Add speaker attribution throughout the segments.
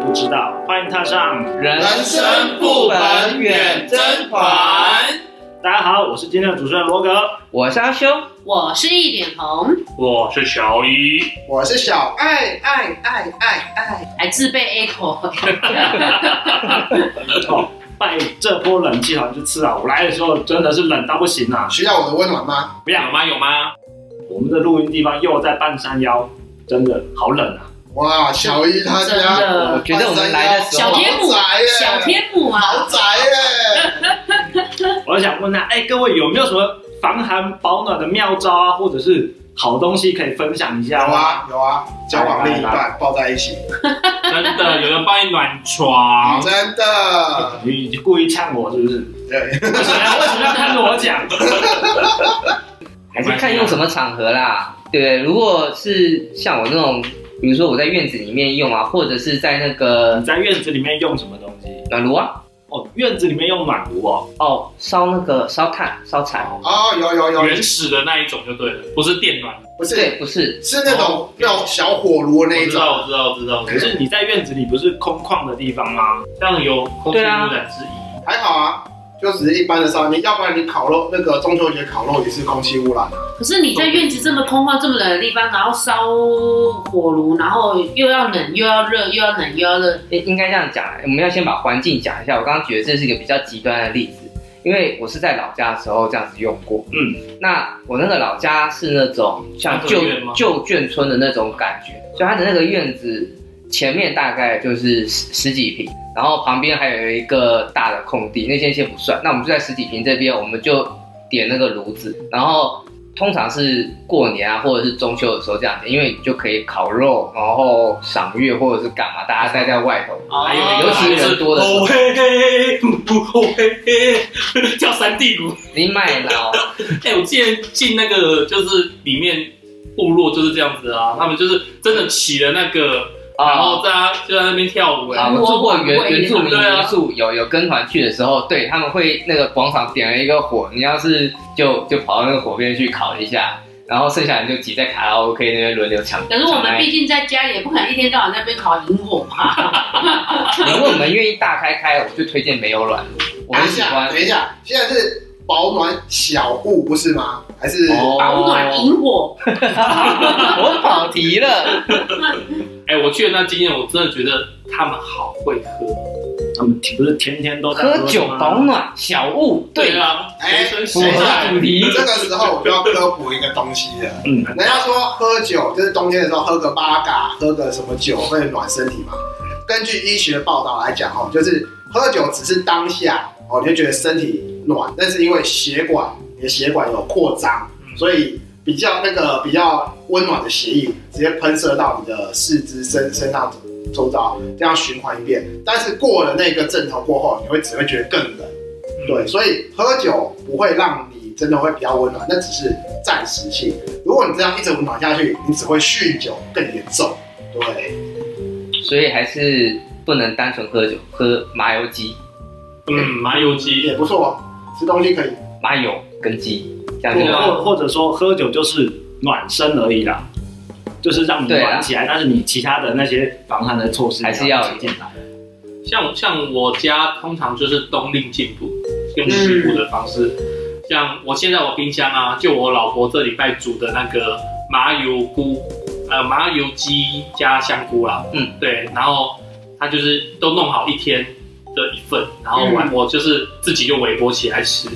Speaker 1: 不知道，欢迎踏上。
Speaker 2: 人
Speaker 3: 人生副本远征团，
Speaker 1: 大家好，我是今天的主持人罗格，
Speaker 2: 我是阿修，
Speaker 4: 我是一点红，
Speaker 1: 我是乔伊。
Speaker 3: 我是小爱爱爱爱爱，
Speaker 4: 还自 备 echo，
Speaker 1: 哦，拜这波冷气好像就刺啊！我来的时候真的是冷到不行啊！
Speaker 3: 需要我的温暖吗？
Speaker 1: 不要
Speaker 5: 有吗？有吗？
Speaker 1: 我们的录音地方又在半山腰，真的好冷啊！
Speaker 3: 哇，小一他
Speaker 4: 真
Speaker 3: 家
Speaker 2: 我
Speaker 4: 的
Speaker 2: 呃觉得我们来的时
Speaker 4: 小
Speaker 2: 候
Speaker 4: 天母
Speaker 3: 豪宅耶，
Speaker 4: 小天母
Speaker 3: 豪
Speaker 4: 啊，
Speaker 3: 宅耶，
Speaker 1: 我想问他，哎、各位有没有什么防寒保暖的妙招啊，或者是好东西可以分享一
Speaker 3: 有
Speaker 1: 下吗？
Speaker 3: 啊有啊，交往另一半抱在一起，
Speaker 5: 真的，有人帮你暖床，
Speaker 3: 真的，
Speaker 1: 你你故意呛我是不是？
Speaker 3: 对，
Speaker 1: 为什么要为什么要看着我讲？
Speaker 2: 还是看用什么场合啦，对不对？如果是像我那种，比如说我在院子里面用啊，或者是在那个
Speaker 1: 你在院子里面用什么东西？
Speaker 2: 暖炉啊，
Speaker 1: 哦，院子里面用暖炉哦。
Speaker 2: 哦，烧那个烧炭烧柴，
Speaker 3: 哦有有有，
Speaker 5: 原始的那一种就对了，不是电暖。
Speaker 3: 不是
Speaker 2: 对，不是，
Speaker 3: 是那种那种小火炉那
Speaker 5: 我
Speaker 3: 一
Speaker 5: 知
Speaker 3: 种，
Speaker 5: 道，我知道，我知道。
Speaker 1: 可
Speaker 5: 可是
Speaker 1: 是你在院子里不是空旷的地方吗？
Speaker 5: 这样有空气污染之疑，
Speaker 3: 还好啊，就只是一般的烧面，要不然你烤肉那个中秋节烤肉也是空气污染啊，
Speaker 4: 可是你在院子这么空旷、这么冷的地方，然后烧火炉，然后又要冷又要热，又要冷又要热，
Speaker 2: 应应该这样讲，啊我们要先把环境讲一下。我刚刚觉得这是一个比较极端的例子，因为我是在老家的时候这样子用过。
Speaker 1: 嗯，
Speaker 2: 那我那个老家是那种像
Speaker 5: 那
Speaker 2: 旧
Speaker 5: 个院吗
Speaker 2: 旧眷村的那种感觉，所以它的那个院子前面大概就是十十几平，然后旁边还有一个大的空地，那些先不算。那我们就在十几平这边，我们就点那个炉子，然后通常是过年啊，或者是中秋的时候这样子，因为你就可以烤肉，然后赏月或者是干嘛，大家待在外头，
Speaker 5: 还有一
Speaker 2: 尤
Speaker 5: 个
Speaker 2: 其人多的时
Speaker 1: 哦
Speaker 2: 候，
Speaker 1: 嘿嘿，哦嘿嘿，叫三地鼓。
Speaker 2: 你买脑，
Speaker 5: 哎，我之前进那个就是里面部落就是这样子啊，他们就是真的起了那个，然
Speaker 2: 啊
Speaker 5: 后在那就在那边跳舞。
Speaker 2: 啊！
Speaker 5: 哎
Speaker 2: 我住过原原住民
Speaker 5: 对啊
Speaker 2: 民宿，有有跟团去的时候，对他们会那个广场点了一个火，你要是就就跑到那个火边去烤一下，然后剩下人就挤在卡拉 OK 那边轮流抢。
Speaker 4: 可是我们
Speaker 2: 抢麦
Speaker 4: 毕竟在家里，也不可能一天到晚在那边烤萤火嘛。
Speaker 2: 如果我们愿意大开开，我就推荐没有软，我
Speaker 3: 等
Speaker 2: 很
Speaker 3: 一
Speaker 2: 喜
Speaker 3: 下，
Speaker 2: 欢
Speaker 3: 等一下，现在是保暖小物不是吗？还是
Speaker 2: 哦
Speaker 4: 保暖萤火，
Speaker 2: 我跑题了，
Speaker 5: 哎，我去的那经验，我真的觉得他们好会喝。
Speaker 1: 他们不是天天都在
Speaker 2: 喝酒
Speaker 1: 吗
Speaker 2: 保暖小物，对，
Speaker 5: 啊，
Speaker 3: 哎
Speaker 5: 谁生
Speaker 2: 符
Speaker 5: 谁
Speaker 2: 合
Speaker 5: 在？
Speaker 2: 主题。
Speaker 3: 这个时候我就要科普一个东西了。
Speaker 1: 嗯，
Speaker 3: 人家说喝酒就是冬天的时候喝个八嘎，喝个什么酒会暖身体嘛。根据医学报道来讲，哦，就是喝酒只是当下哦，你就觉得身体暖，但是因为血管，你的血管有扩张，所以比较那个比较温暖的血液直接喷射到你的四肢身身上周遭，这样循环一遍。但是过了那个阵头过后，你会只会觉得更冷。对，所以喝酒不会让你真的会比较温暖，那只是暂时性。如果你这样一直暖下去，你只会酗酒更严重。对，
Speaker 2: 所以还是不能单纯喝酒，喝麻油鸡、
Speaker 5: 嗯，麻油鸡。
Speaker 3: 也不错，吃东西可以。
Speaker 2: 麻油跟鸡，这样就
Speaker 1: 或
Speaker 2: 好。
Speaker 1: 或或者说喝酒就是暖身而已啦，就是让你
Speaker 2: 对啊
Speaker 1: 暖起来，但是你其他的那些防寒的措施
Speaker 2: 还是要
Speaker 1: 进来。
Speaker 5: 像像我家通常就是冬令进补，用进补的方式。像我现在我冰箱啊，就我老婆这礼拜煮的那个麻油菇，呃，麻油鸡加香菇啦，
Speaker 2: 嗯，
Speaker 5: 对，然后它就是都弄好一天的一份，然后我
Speaker 4: 嗯
Speaker 5: 我就是自己就微波起来吃，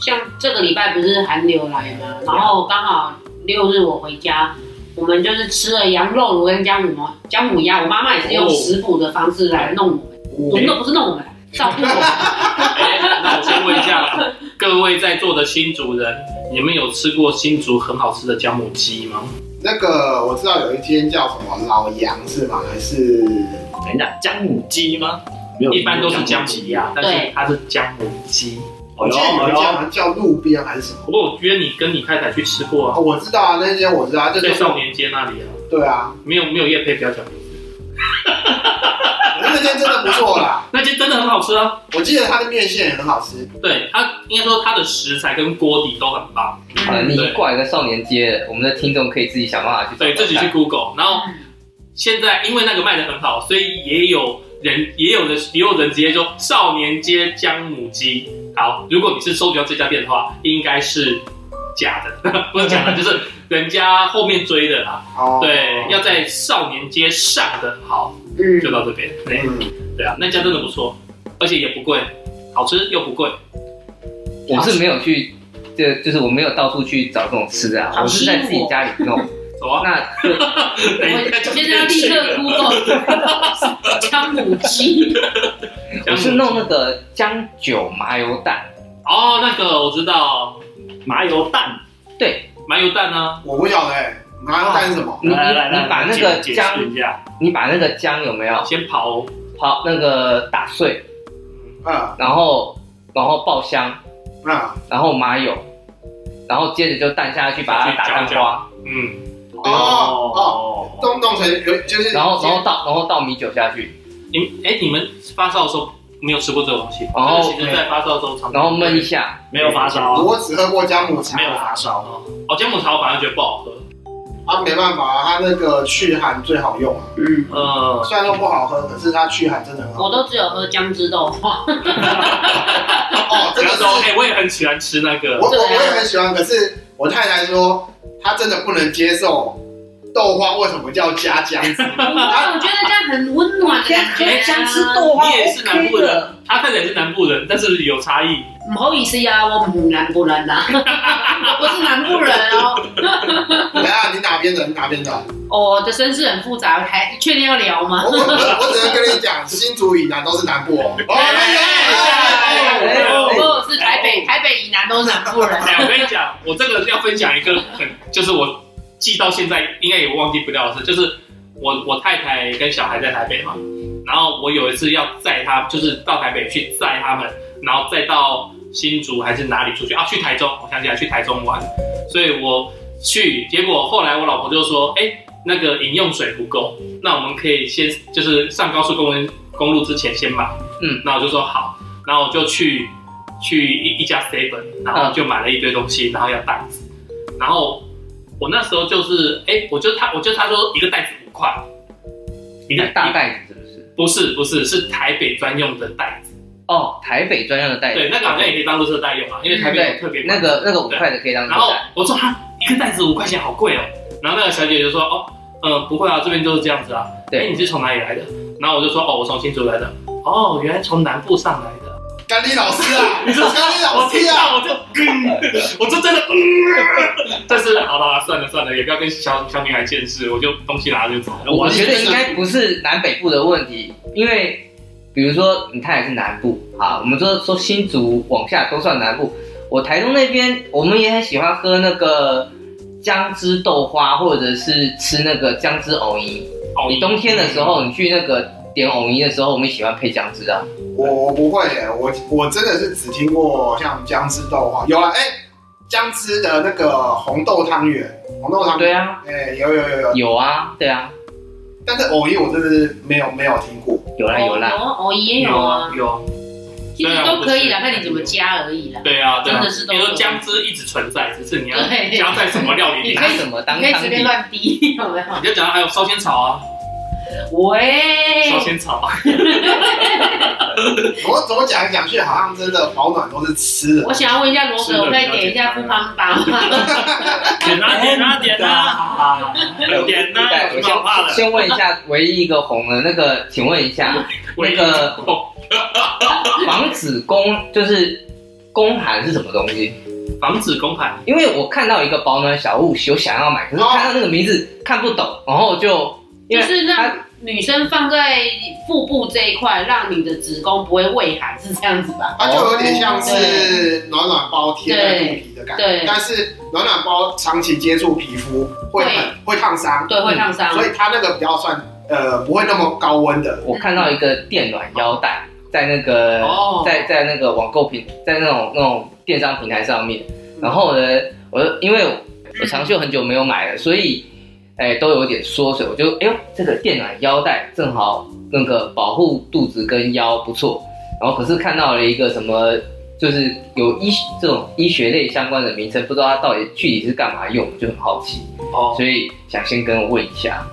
Speaker 4: 像这个礼拜不是寒流来嘛，然后刚好六日我回家，我们就是吃了羊肉炉跟姜母鸭姜母鸭，我妈妈也是用食补的方式来弄我们，
Speaker 3: 哦
Speaker 4: 我们都不是弄我们，照顾我们。
Speaker 5: 哎，那我先问一下各位在座的新竹人，你们有吃过新竹很好吃的姜母鸡吗？
Speaker 3: 那个我知道有一间叫什么老杨是吗？还是
Speaker 1: 等一下，姜母鸡吗？没有，
Speaker 5: 一般都是姜母啊
Speaker 1: 鸡
Speaker 5: 鸭
Speaker 1: 呀。，
Speaker 5: 但是
Speaker 4: 对
Speaker 5: 它是姜母鸡。
Speaker 1: 哦
Speaker 3: 我
Speaker 1: 哟
Speaker 3: 记得有一
Speaker 1: 哦
Speaker 3: 家叫路边还是什么？
Speaker 5: 不过我约你跟你太太去吃过啊
Speaker 3: 哦，，我知道啊，那间我知道啊，就
Speaker 5: 在
Speaker 3: 是
Speaker 5: 少年街那里啊，
Speaker 3: 对啊，
Speaker 5: 没有没有叶配不要讲名字，
Speaker 3: 可是那间真的不错啦。
Speaker 5: 那间真的很好吃啊。
Speaker 3: 我记得它的面线也很好吃，
Speaker 5: 对它应该说它的食材跟锅底都很棒，
Speaker 2: 好了，你已
Speaker 5: 对
Speaker 2: 经挂一个少年街了，我们的听众可以自己想办法去找
Speaker 5: 对自己去 Google，然后现在因为那个卖的很好，所以也有人也有的也有人直接说少年街姜母鸡。好，如果你是搜集到这家店的话，应该是假的， 不是假的，就是人家后面追的啦。
Speaker 3: 哦，
Speaker 5: 对，要在少年街上的好，
Speaker 4: 嗯
Speaker 5: 就到这边。对
Speaker 3: 嗯，
Speaker 5: 对啊，那家真的不错，而且也不贵，好吃又不贵。
Speaker 2: 我是没有去，这就是我没有到处去找这种吃的、啊，
Speaker 4: 好
Speaker 2: 我是
Speaker 4: 吸引
Speaker 2: 在自己
Speaker 4: 我
Speaker 2: 家里弄。
Speaker 5: 走 啊，哎
Speaker 2: 那
Speaker 5: 等一下
Speaker 4: 我
Speaker 5: 就
Speaker 4: 现在要立刻 Google 姜母鸡，
Speaker 2: 我
Speaker 5: 姜
Speaker 2: 是
Speaker 5: 母
Speaker 2: 弄那个姜酒麻油蛋，
Speaker 5: 哦，那个我知道，
Speaker 1: 麻油蛋，
Speaker 5: 麻油蛋啊，
Speaker 3: 我不晓得欸，麻油蛋是什么？
Speaker 2: 你你
Speaker 1: 来来来，
Speaker 2: 你把那
Speaker 1: 来
Speaker 2: 个
Speaker 1: 解
Speaker 2: 姜
Speaker 1: 解，释一下，
Speaker 2: 你把那个姜有没有
Speaker 5: 先刨
Speaker 2: 刨那个打碎，
Speaker 3: 嗯
Speaker 2: 然后然后爆香，
Speaker 3: 嗯，
Speaker 2: 然后麻油，然后接着就蛋下去，把它打蛋花，
Speaker 5: 嗯，
Speaker 3: 哦弄弄成有就是，
Speaker 2: 然后然后倒然后倒米酒下去，
Speaker 5: 你们哎，你们发烧的时候没有吃过这个东西？
Speaker 2: 哦
Speaker 5: 这个其实在发烧的时候常，
Speaker 2: 然后焖一下，
Speaker 1: 没有发烧啊，
Speaker 3: 我只喝过姜母茶，
Speaker 1: 没有发烧，
Speaker 5: 哦。哦，姜母茶我反而觉得不好喝，
Speaker 3: 啊，没办法啊，它那个去寒最好用啊。
Speaker 4: 嗯，
Speaker 5: 呃，
Speaker 3: 虽然说不好喝，可是它去寒真的很好。
Speaker 4: 我都只有喝姜汁豆花，
Speaker 3: 哦，真的
Speaker 5: 那
Speaker 3: 是
Speaker 5: 时，候哎，我也很喜欢吃那个
Speaker 3: 我我
Speaker 4: 对啊
Speaker 3: 我也很喜欢，可是我太太说她真的不能接受豆花为什么叫加姜 汁，
Speaker 4: 我觉得这样很温暖的感觉啊。
Speaker 6: 想吃豆花
Speaker 5: 你也是南部
Speaker 6: OK 的，
Speaker 5: 他太太也是南部人，但是有差异。
Speaker 4: 不好意思呀、我不南部人呐、我不是南部人哦。
Speaker 3: 来啊，你哪边的？你哪 边的？
Speaker 4: 我的身世很复杂，还确定要聊吗？
Speaker 3: 我我我我只能跟你讲，新竹以南都是南部哦。哦，来
Speaker 4: 哎
Speaker 3: 来来来
Speaker 4: 我我是台北，台北以南都是南部人。
Speaker 5: 哎，我跟你讲，我这个要分享一个很，就是我记到现在应该也忘记不掉的事，就是我我太太跟小孩在台北嘛，然后我有一次要载他，就是到台北去载他们，然后再到新竹还是哪里出去啊？去台中，我想起来去台中玩，所以我去，结果后来我老婆就说，哎、那个饮用水不够，那我们可以先就是上高速公路公路之前先买，
Speaker 2: 嗯，
Speaker 5: 那我就说好，然后我就去去一一家
Speaker 2: 嗯
Speaker 5: seven，然后就买了一堆东西，然后要袋子，然后我那时候就是，哎、我就他，我就他说一个袋子五块，一个
Speaker 2: 大袋子是不是？
Speaker 5: 不是不是是台北专用的袋子，
Speaker 2: 哦，台北专用的袋子，
Speaker 5: 对，那个好像也可以当垃圾袋用啊，因为台北有特别
Speaker 2: 对，那个那个五块的可以当
Speaker 5: 然后
Speaker 2: 袋，
Speaker 5: 我说哈，一个袋子五块钱，好贵哦。然后那个小姐就说哦，嗯，不会啊，这边就是这样子啊。哎，
Speaker 2: 对
Speaker 5: 你是从哪里来的？然后我就说哦，我从新竹来的。哦，原来从南部上来的。
Speaker 3: 甘丽老师啊，你是甘丽
Speaker 5: 我
Speaker 3: 老
Speaker 5: 听
Speaker 3: 师啊？
Speaker 5: 到我就，嗯、我就真的，嗯、但是好了算了算了，也不要跟小小女孩见识，我就东西拿了就走了。
Speaker 2: 我觉得应该不是南北部的问题，因为比如说你太太是南部啊，我们说说新竹往下都算南部，我台东那边我们也很喜欢喝那个姜汁豆花，或者是吃那个姜汁藕泥。
Speaker 5: 哦
Speaker 2: 你冬天的时候，你去那个点藕泥的时候，我们喜欢配姜汁啊。
Speaker 3: 我我不会耶，我我真的是只听过像姜汁豆花，有啊，哎，姜汁的那个红豆汤圆，红豆汤圆，
Speaker 2: 对啊，
Speaker 3: 哎，有有有有，
Speaker 2: 有啊，对啊，
Speaker 3: 但是藕衣我真的是没有没有听过。
Speaker 2: 有啦有啦。
Speaker 4: 哦，哦也有
Speaker 5: 有啊
Speaker 4: 啊，
Speaker 5: 有啊，
Speaker 4: 其实都可以的，看你怎么加而已啦。
Speaker 5: 对啊对啊
Speaker 4: 真的是，都
Speaker 5: 比如说姜汁一直存在，只是你要
Speaker 4: 对
Speaker 5: 加在什么料理里
Speaker 4: 你
Speaker 5: 面
Speaker 4: 可。以
Speaker 2: 拿什么当
Speaker 4: 你可以
Speaker 2: 汤
Speaker 4: 随便
Speaker 2: 底？
Speaker 4: 乱滴，有没有？
Speaker 5: 你就讲到还有烧仙草啊，烧
Speaker 4: 喂，
Speaker 5: 仙草啊，
Speaker 3: 我怎么讲来讲去，好像真的保暖都是吃的。
Speaker 4: 我想要问一下罗哥，我可以点一下富邦啊吧吗？
Speaker 1: 点啊点啊点啊， 点啊，有
Speaker 2: 对，我
Speaker 1: 什么好怕
Speaker 2: 先
Speaker 1: 的？
Speaker 2: 先问一下，唯一一个红的那个，请问一下，
Speaker 5: 唯一
Speaker 2: 那个防止宫就是宫寒是什么东西？
Speaker 5: 防止公海，
Speaker 2: 因为我看到一个保暖小物，有想要买，可是看到那个名字看不懂，然后就因
Speaker 4: 就
Speaker 2: 为
Speaker 4: 是让女生放在腹部这一块，让你的子宫不会畏寒，是这样子吧？
Speaker 3: 它就有点像是暖暖包贴在肚皮的感觉
Speaker 4: 哦对，
Speaker 3: 但是暖暖包长期接触皮肤会很会烫伤，
Speaker 4: 对，会烫伤
Speaker 3: 所。以它那个比较算呃不会那么高温的。
Speaker 2: 我看到一个电暖腰带，在那
Speaker 3: 呃
Speaker 2: 个、
Speaker 5: 哦
Speaker 2: 在在那个网购平，在那种那种电商平台上面，然后呢，我就因为我长袖很久没有买了，所以哎都有点缩水，我就哎呦这个电暖腰带正好那个保护肚子跟腰不错，然后可是看到了一个什么。就是有医这种医学类相关的名称，不知道它到底具体是干嘛用，就很好奇，
Speaker 5: 哦，
Speaker 2: 所以想先跟我问一下。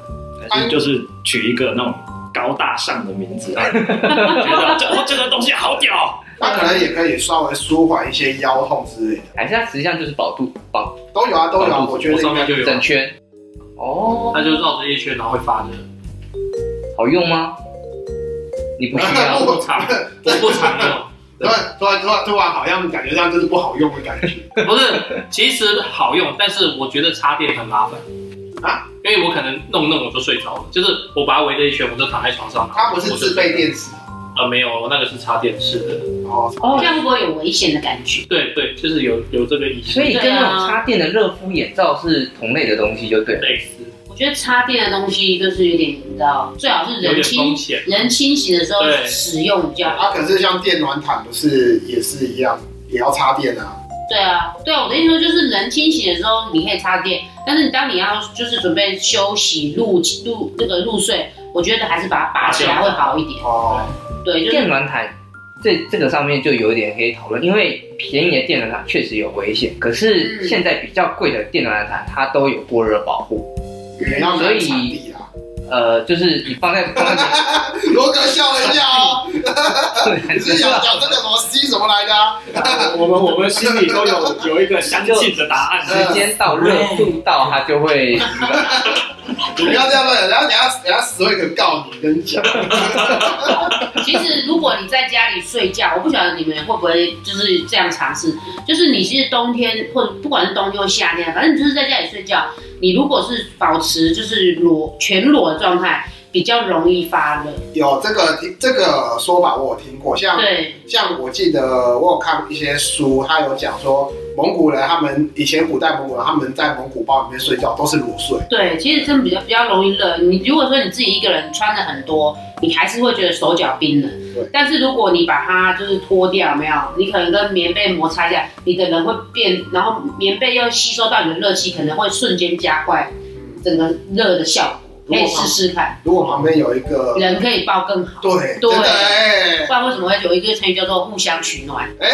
Speaker 1: 还是就是取一个那种高大上的名字， 让你觉得这哦这个东西好屌，
Speaker 3: 那可能也可以稍微舒缓一些腰痛之类的，
Speaker 2: 还是它实际上就是饱肚饱
Speaker 3: 都有啊，都有啊，我觉
Speaker 5: 我
Speaker 3: 得
Speaker 5: 上面就有，
Speaker 2: 整圈。哦，
Speaker 5: 它就绕着一圈，然后会发热。
Speaker 2: 好用吗？你不需要
Speaker 5: 我不常，我不常用。
Speaker 3: 突然突然突然突然好像感觉上就是不好用的感觉。
Speaker 5: 不是，其实好用，但是我觉得插电很麻烦
Speaker 3: 啊，
Speaker 5: 因为我可能弄弄我就睡着了，就是我把它围了一圈，我就躺在床上。
Speaker 3: 它不是自备电池
Speaker 5: 呃，没有，那个是插电式的。
Speaker 3: 哦，
Speaker 2: 哦
Speaker 4: 这，样会不会有危险的感觉？
Speaker 5: 对对，就是有有这个意思
Speaker 2: 所以跟那种插电的热敷眼罩是同类的东西，就对了。
Speaker 5: 类似，
Speaker 4: 我觉得插电的东西就是有点，你知道，最好是
Speaker 5: 有
Speaker 4: 人
Speaker 5: 点
Speaker 4: 清
Speaker 5: 风险。
Speaker 4: 人清洗的时候
Speaker 5: 对
Speaker 4: 使用比较好。
Speaker 3: 啊，可是像电暖毯不是也是一样，也要插电啊。
Speaker 4: 对啊，对啊，我的意思说就是人清洗的时候你可以插电，但是你当你要就是准备休息入入那个入睡，我觉得还是把它拔起来会好一点。
Speaker 3: 哦，
Speaker 4: 对，啊就是
Speaker 2: 电暖毯这这个上面就有点可以讨论，因为便宜的电暖毯确实有危险，可是
Speaker 4: 嗯
Speaker 2: 现在比较贵的电暖毯它都有过热保护，
Speaker 3: 也要
Speaker 2: 所
Speaker 3: 买
Speaker 2: 以
Speaker 3: 场地啦。
Speaker 2: 呃，就是你放在放在
Speaker 3: 罗哥笑了一下哦，
Speaker 2: 电暖
Speaker 3: 你是啊想讲这个什么 C 什么来的啊？
Speaker 1: 我们我们心里都有有一个相近的答案。
Speaker 2: 时间到热度到它就会，
Speaker 3: 你不要这样问，然后等下等下死会可告你，跟你讲。
Speaker 4: 其实如果你在家里睡觉，我不晓得你们会不会就是这样尝试，就是你其实冬天或者不管是冬天或夏天，反正你就是在家里睡觉，你如果是保持就是裸全裸的状态，比较容易发热。
Speaker 3: 有这个这个说法我有听过，像
Speaker 4: 对，
Speaker 3: 像我记得我有看一些书，他有讲说蒙古人他们以前古代蒙古人他们在蒙古包里面睡觉都是裸睡，
Speaker 4: 对，其实真的比较比较容易热。你如果说你自己一个人穿的很多，你还是会觉得手脚冰冷
Speaker 3: 对。
Speaker 4: 但是如果你把它就是脱掉，有没有，你可能跟棉被摩擦一下，你的人会变，然后棉被又吸收到你的热气，可能会瞬间加快整个热的效果。可以试试看，
Speaker 3: 如果旁边有一个
Speaker 4: 人可以抱更好。
Speaker 3: 对
Speaker 4: 对
Speaker 3: 真的哎
Speaker 4: 不然为什么会有一个成语叫做互相 取暖？
Speaker 3: 哎，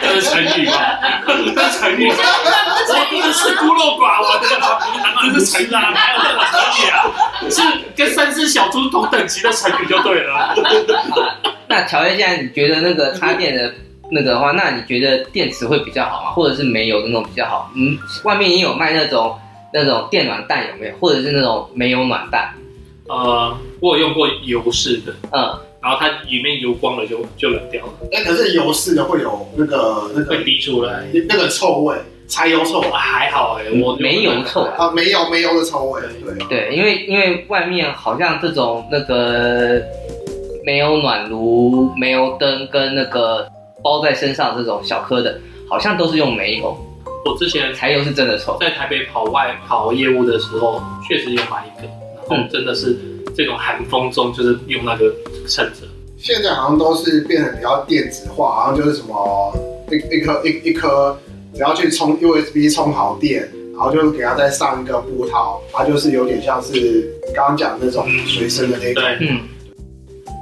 Speaker 5: 这是成语吧？这是 成语。我不是是孤陋寡闻的，这是成语啊，哪有这种成语啊？是跟三只小猪同等级的成语就对了。
Speaker 2: 那乔伊现在你觉得那个插电的那个的话，那你觉得电池会比较好吗？或者是没有的那种比较好？嗯，外面也有卖那种那种电暖蛋有没有？或者是那种没有暖蛋？
Speaker 5: 呃，我有用过油式的，
Speaker 2: 嗯，
Speaker 5: 然后它里面油光了就就冷掉了，
Speaker 3: 哎可是油式的会有那个那
Speaker 5: 会
Speaker 3: 个
Speaker 5: 滴出来。
Speaker 3: 那个臭味，柴油臭
Speaker 5: 我还好哎、我
Speaker 2: 没油臭啊。
Speaker 3: 啊，没油没油的臭味，对，
Speaker 2: 对，因为因为外面好像这种那个没有暖炉、没有灯跟那个包在身上这种小颗的，好像都是用煤油，
Speaker 5: 我之前
Speaker 2: 柴油是真的臭。
Speaker 5: 在台北跑外跑业务的时候，确实有买一个，
Speaker 2: 嗯
Speaker 5: 然后真的是这种寒风中就是用那个撑着，
Speaker 3: 现在好像都是变得比较电子化，好像就是什么一一颗一一颗，只要去充 USB 充好电，然后就给它再上一个布套，它就是有点像是刚刚讲的那种随身的那种。
Speaker 5: 对。
Speaker 2: 嗯，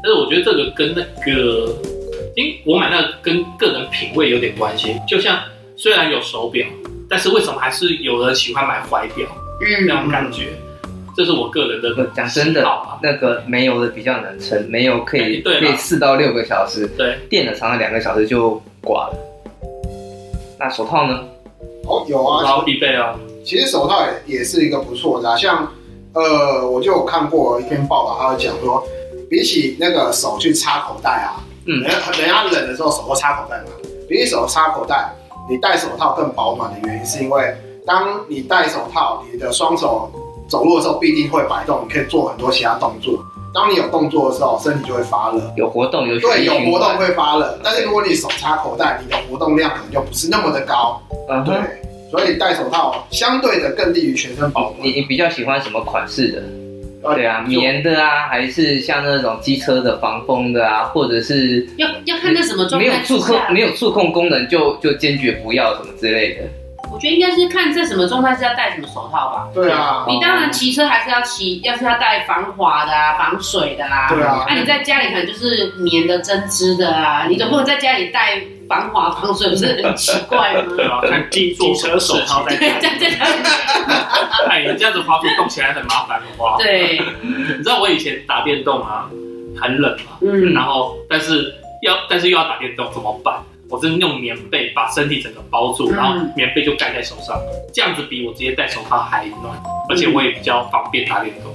Speaker 5: 但是我觉得这个跟那个，因为我买那个跟个人品味有点关系。就像虽然有手表，但是为什么还是有人喜欢买怀表那
Speaker 4: 嗯，
Speaker 5: 种感觉？这是我个人的
Speaker 2: 不嗯讲真的
Speaker 5: 喜好啊。
Speaker 2: 那个煤油的比较难撑，煤油可以
Speaker 5: 哎对啦
Speaker 2: 可以四到六个小时，
Speaker 5: 对，
Speaker 2: 电的常常两个小时就挂了。那手套呢？
Speaker 3: 哦，有
Speaker 5: 然
Speaker 3: 啊，
Speaker 5: 后必备啊，
Speaker 3: 其实手套也也是一个不错的、啊，像呃，我就有看过一篇报道，他有讲说，比起那个手去插口袋啊，
Speaker 2: 嗯
Speaker 3: 人家人家冷的时候手会插口袋嘛，比起手插口袋，你戴手套更保暖的原因是因为，当你戴手套，你的双手走路的时候必定会摆动，你可以做很多其他动作。当你有动作的时候，身体就会发热。
Speaker 2: 有活动有血
Speaker 3: 对，
Speaker 2: 液
Speaker 3: 有
Speaker 2: 循
Speaker 3: 活动
Speaker 2: 环，
Speaker 3: 会发热，但是如果你手插口袋，你的活动量可能就不是那么的高。
Speaker 2: 嗯哼，
Speaker 3: 对，所以戴手套相对的更利于全身保
Speaker 2: 你
Speaker 3: 暖。
Speaker 2: 你比较喜欢什么款式的？
Speaker 3: 呃
Speaker 2: 对啊，
Speaker 3: 就
Speaker 2: 棉的啊，还是像那种机车的防风的啊，或者是
Speaker 4: 要要看在什么状
Speaker 2: 没有
Speaker 4: 态
Speaker 2: 触
Speaker 4: 之
Speaker 2: 控
Speaker 4: 下。
Speaker 2: 没有触控功能就就坚决不要什么之类的。
Speaker 4: 我觉得应该是看在什么状态是要戴什么手套吧。
Speaker 3: 对啊，
Speaker 4: 你当然骑车还是要骑，要是要戴防滑的啊、防水的啊。
Speaker 3: 对啊
Speaker 4: 那、你在家里可能就是棉的、针织的啊，你总不能在家里戴防滑、防水，不是很奇怪吗？
Speaker 5: 对啊，
Speaker 2: 嗯
Speaker 5: 看
Speaker 1: 机
Speaker 5: 做
Speaker 1: 机车手套在
Speaker 4: 对，在在
Speaker 5: 哎，你这样子滑鼠动起来很麻烦的哦话，
Speaker 4: 对，
Speaker 5: 你知道我以前打电动啊，很冷嘛，
Speaker 4: 嗯，
Speaker 5: 然后但是要但是又要打电动怎么办？我是用棉被把身体整个包住，
Speaker 4: 嗯
Speaker 5: 然后棉被就盖在手上，这样子比我直接戴手套还暖，而且我也比较方便打电动。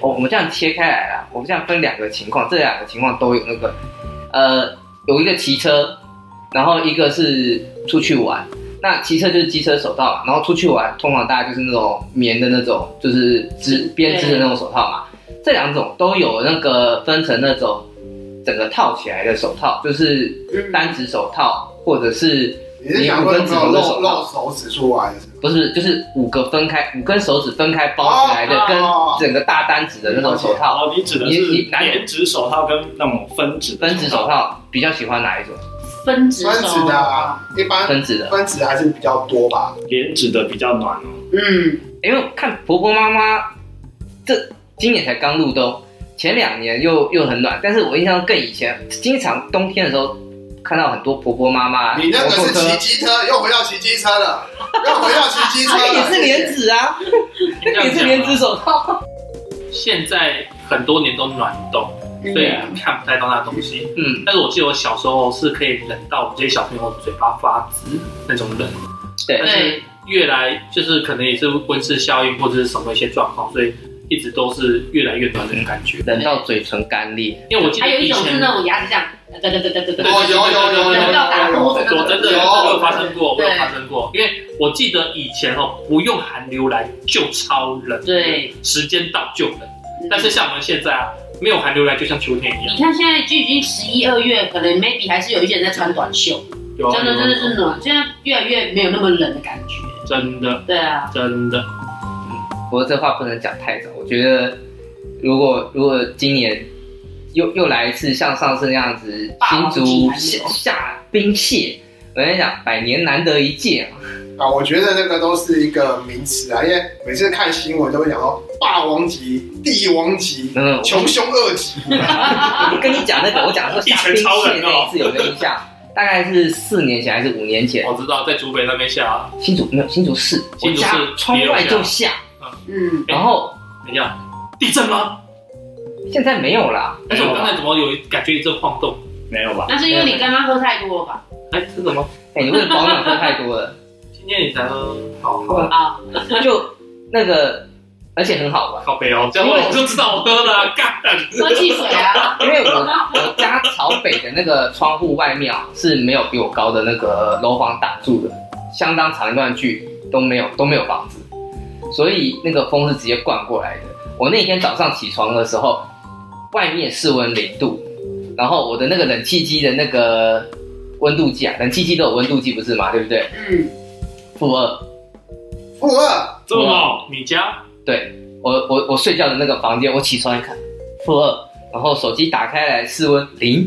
Speaker 2: 哦，我们这样切开来啦，我们这样分两个情况，这两个情况都有那个，呃，有一个骑车，然后一个是出去玩。那骑车就是机车手套嘛，然后出去玩通常大家就是那种棉的那种，就是织编织的那种手套嘛。这两种都有那个分成那种整个套起来的手套，就是
Speaker 4: 嗯
Speaker 2: 单指手套，或者是
Speaker 3: 你是想说有没有露露手指出来？
Speaker 2: 不是就是五个分开五根手指分开包起来的，
Speaker 3: 哦
Speaker 2: 跟
Speaker 3: 哦
Speaker 2: 整个大单指的那种手套。
Speaker 1: 哦，你指的是
Speaker 2: 你你哪里
Speaker 1: 棉质手套跟那种分指
Speaker 2: 分指手套比较喜欢哪一种？
Speaker 4: 分子手
Speaker 3: 分子的啊，一般
Speaker 2: 分指的，
Speaker 3: 分子还是比较多吧。
Speaker 1: 棉质的比较暖哦。
Speaker 4: 嗯，
Speaker 2: 因为看婆婆妈妈，这今年才刚入冬，前两年又又很暖，但是我印象更以前，经常冬天的时候看到很多婆婆妈妈，
Speaker 3: 你那个
Speaker 2: 摩
Speaker 3: 是
Speaker 2: 托车
Speaker 3: 骑机啊车，又回到骑机车了， 又回到骑机车
Speaker 2: 啊，也
Speaker 3: 了。
Speaker 2: 是莲子 啊，
Speaker 5: 这样
Speaker 2: 也是
Speaker 5: 讲
Speaker 2: 莲
Speaker 5: 啊
Speaker 2: 子手套，
Speaker 5: 现在很多年都暖冬，
Speaker 4: 嗯
Speaker 5: 所以看不太到那东西。
Speaker 2: 嗯，
Speaker 5: 但是我记得我小时候是可以冷到我们这些小朋友嘴巴发紫那种冷，
Speaker 2: 对
Speaker 5: 但是
Speaker 4: 对，
Speaker 5: 越来就是可能也是温室效应或者是什么一些状况，所以一直都是越来越暖的感觉。
Speaker 2: 冷到嘴唇干裂，
Speaker 5: 因为我记
Speaker 4: 还有
Speaker 5: 得
Speaker 4: 一
Speaker 5: 以
Speaker 4: 种是
Speaker 5: 前
Speaker 4: 那种牙齿这样，哒哒哒哒哒
Speaker 5: 对
Speaker 4: 哒，
Speaker 3: 哦，有有有有
Speaker 4: 冷到打
Speaker 3: 有
Speaker 4: 呼
Speaker 3: 有
Speaker 4: 噜
Speaker 5: 我
Speaker 4: 那种，
Speaker 5: 真的
Speaker 3: 有
Speaker 5: 我有发生过，我有
Speaker 4: 对
Speaker 5: 发生过，因为我记得以前哦，不用寒流来就超冷，
Speaker 4: 对，
Speaker 5: 时间到就冷。
Speaker 4: 嗯
Speaker 5: 但是像我们现在啊，没有寒流来就像秋天一样，
Speaker 4: 你看现在就已经十一二月，可能 maybe 还是有一些人在穿短袖，
Speaker 5: 有啊
Speaker 4: 真的
Speaker 5: 有
Speaker 4: 真
Speaker 5: 啊
Speaker 4: 的是暖，现在越来越没有那么冷的感觉。
Speaker 5: 真的
Speaker 4: 对啊，
Speaker 5: 真的，
Speaker 2: 不过这话不能讲太早，我觉得如果如果今年又又来一次像上次那样子，
Speaker 4: 霸
Speaker 2: 新
Speaker 4: 王级
Speaker 2: 竹
Speaker 4: 寒
Speaker 2: 下
Speaker 4: 流
Speaker 2: 下冰蟹，我跟你讲，百年难得一见嘛。
Speaker 3: 啊，我觉得那个都是一个名词啊，因为每次看新闻都会讲说霸王级、帝王级、
Speaker 2: 没有没有，
Speaker 3: 穷凶恶极。
Speaker 2: 我跟你讲那个，我讲说下冰蟹那一次有没有印象？大概是四年前还是五年前？
Speaker 5: 我知道在竹北那边下，
Speaker 2: 新竹没有新竹市，我
Speaker 5: 新竹市
Speaker 2: 家窗外就下，
Speaker 4: 嗯，
Speaker 2: 然后
Speaker 5: 等一下，地震吗？
Speaker 2: 现在没有啦。
Speaker 5: 而且我刚才怎么有感觉一阵晃动？
Speaker 1: 没有吧？
Speaker 4: 那是因为你刚刚喝太多了吧？
Speaker 5: 哎，真的吗？
Speaker 2: 哎、你为了保暖喝太多了，
Speaker 5: 今天你才喝，好好
Speaker 4: 啊，
Speaker 2: 就那个，而且很好玩，
Speaker 5: 靠北哦，这样我就知道我喝了啊，干。
Speaker 4: 喝汽水啊，
Speaker 2: 因为我我家朝北的那个窗户外面啊是没有比我高的那个楼房挡住的，相当长一段距离都没有都没有房子，所以那个风是直接灌过来的。我那天早上起床的时候，外面室温零度，然后我的那个冷气机的那个温度计啊，冷气机都有温度计不是吗？对不对？
Speaker 4: 嗯，
Speaker 2: 负二。
Speaker 3: 负二，
Speaker 1: 这么猛，
Speaker 5: 你家
Speaker 2: 对我我我睡觉的那个房间，我起床一看，负二，然后手机打开来室温零，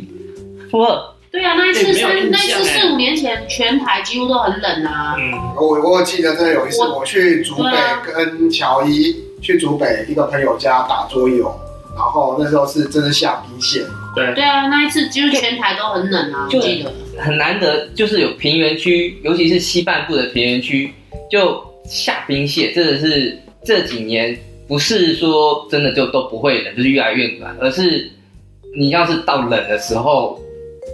Speaker 2: 负二。
Speaker 4: 对啊，那一
Speaker 1: 哎
Speaker 4: 次
Speaker 1: 没有印象
Speaker 4: 三，那一次
Speaker 1: 哎
Speaker 4: 四五年前，全台几乎都很冷啊。
Speaker 5: 嗯，
Speaker 3: 我我记得真的有一次我去竹
Speaker 4: 对啊
Speaker 3: 北跟乔伊去竹北一个朋友家打桌游，然后那时候是真的下冰线，
Speaker 4: 对啊，那一次几乎全台都很冷啊，
Speaker 2: 就
Speaker 4: 我记得。
Speaker 2: 很难得，就是有平原区，尤其是西半部的平原区，就下冰蟹，真的是这几年不是说真的就都不会冷，就是越来越暖，而是你要是到冷的时候，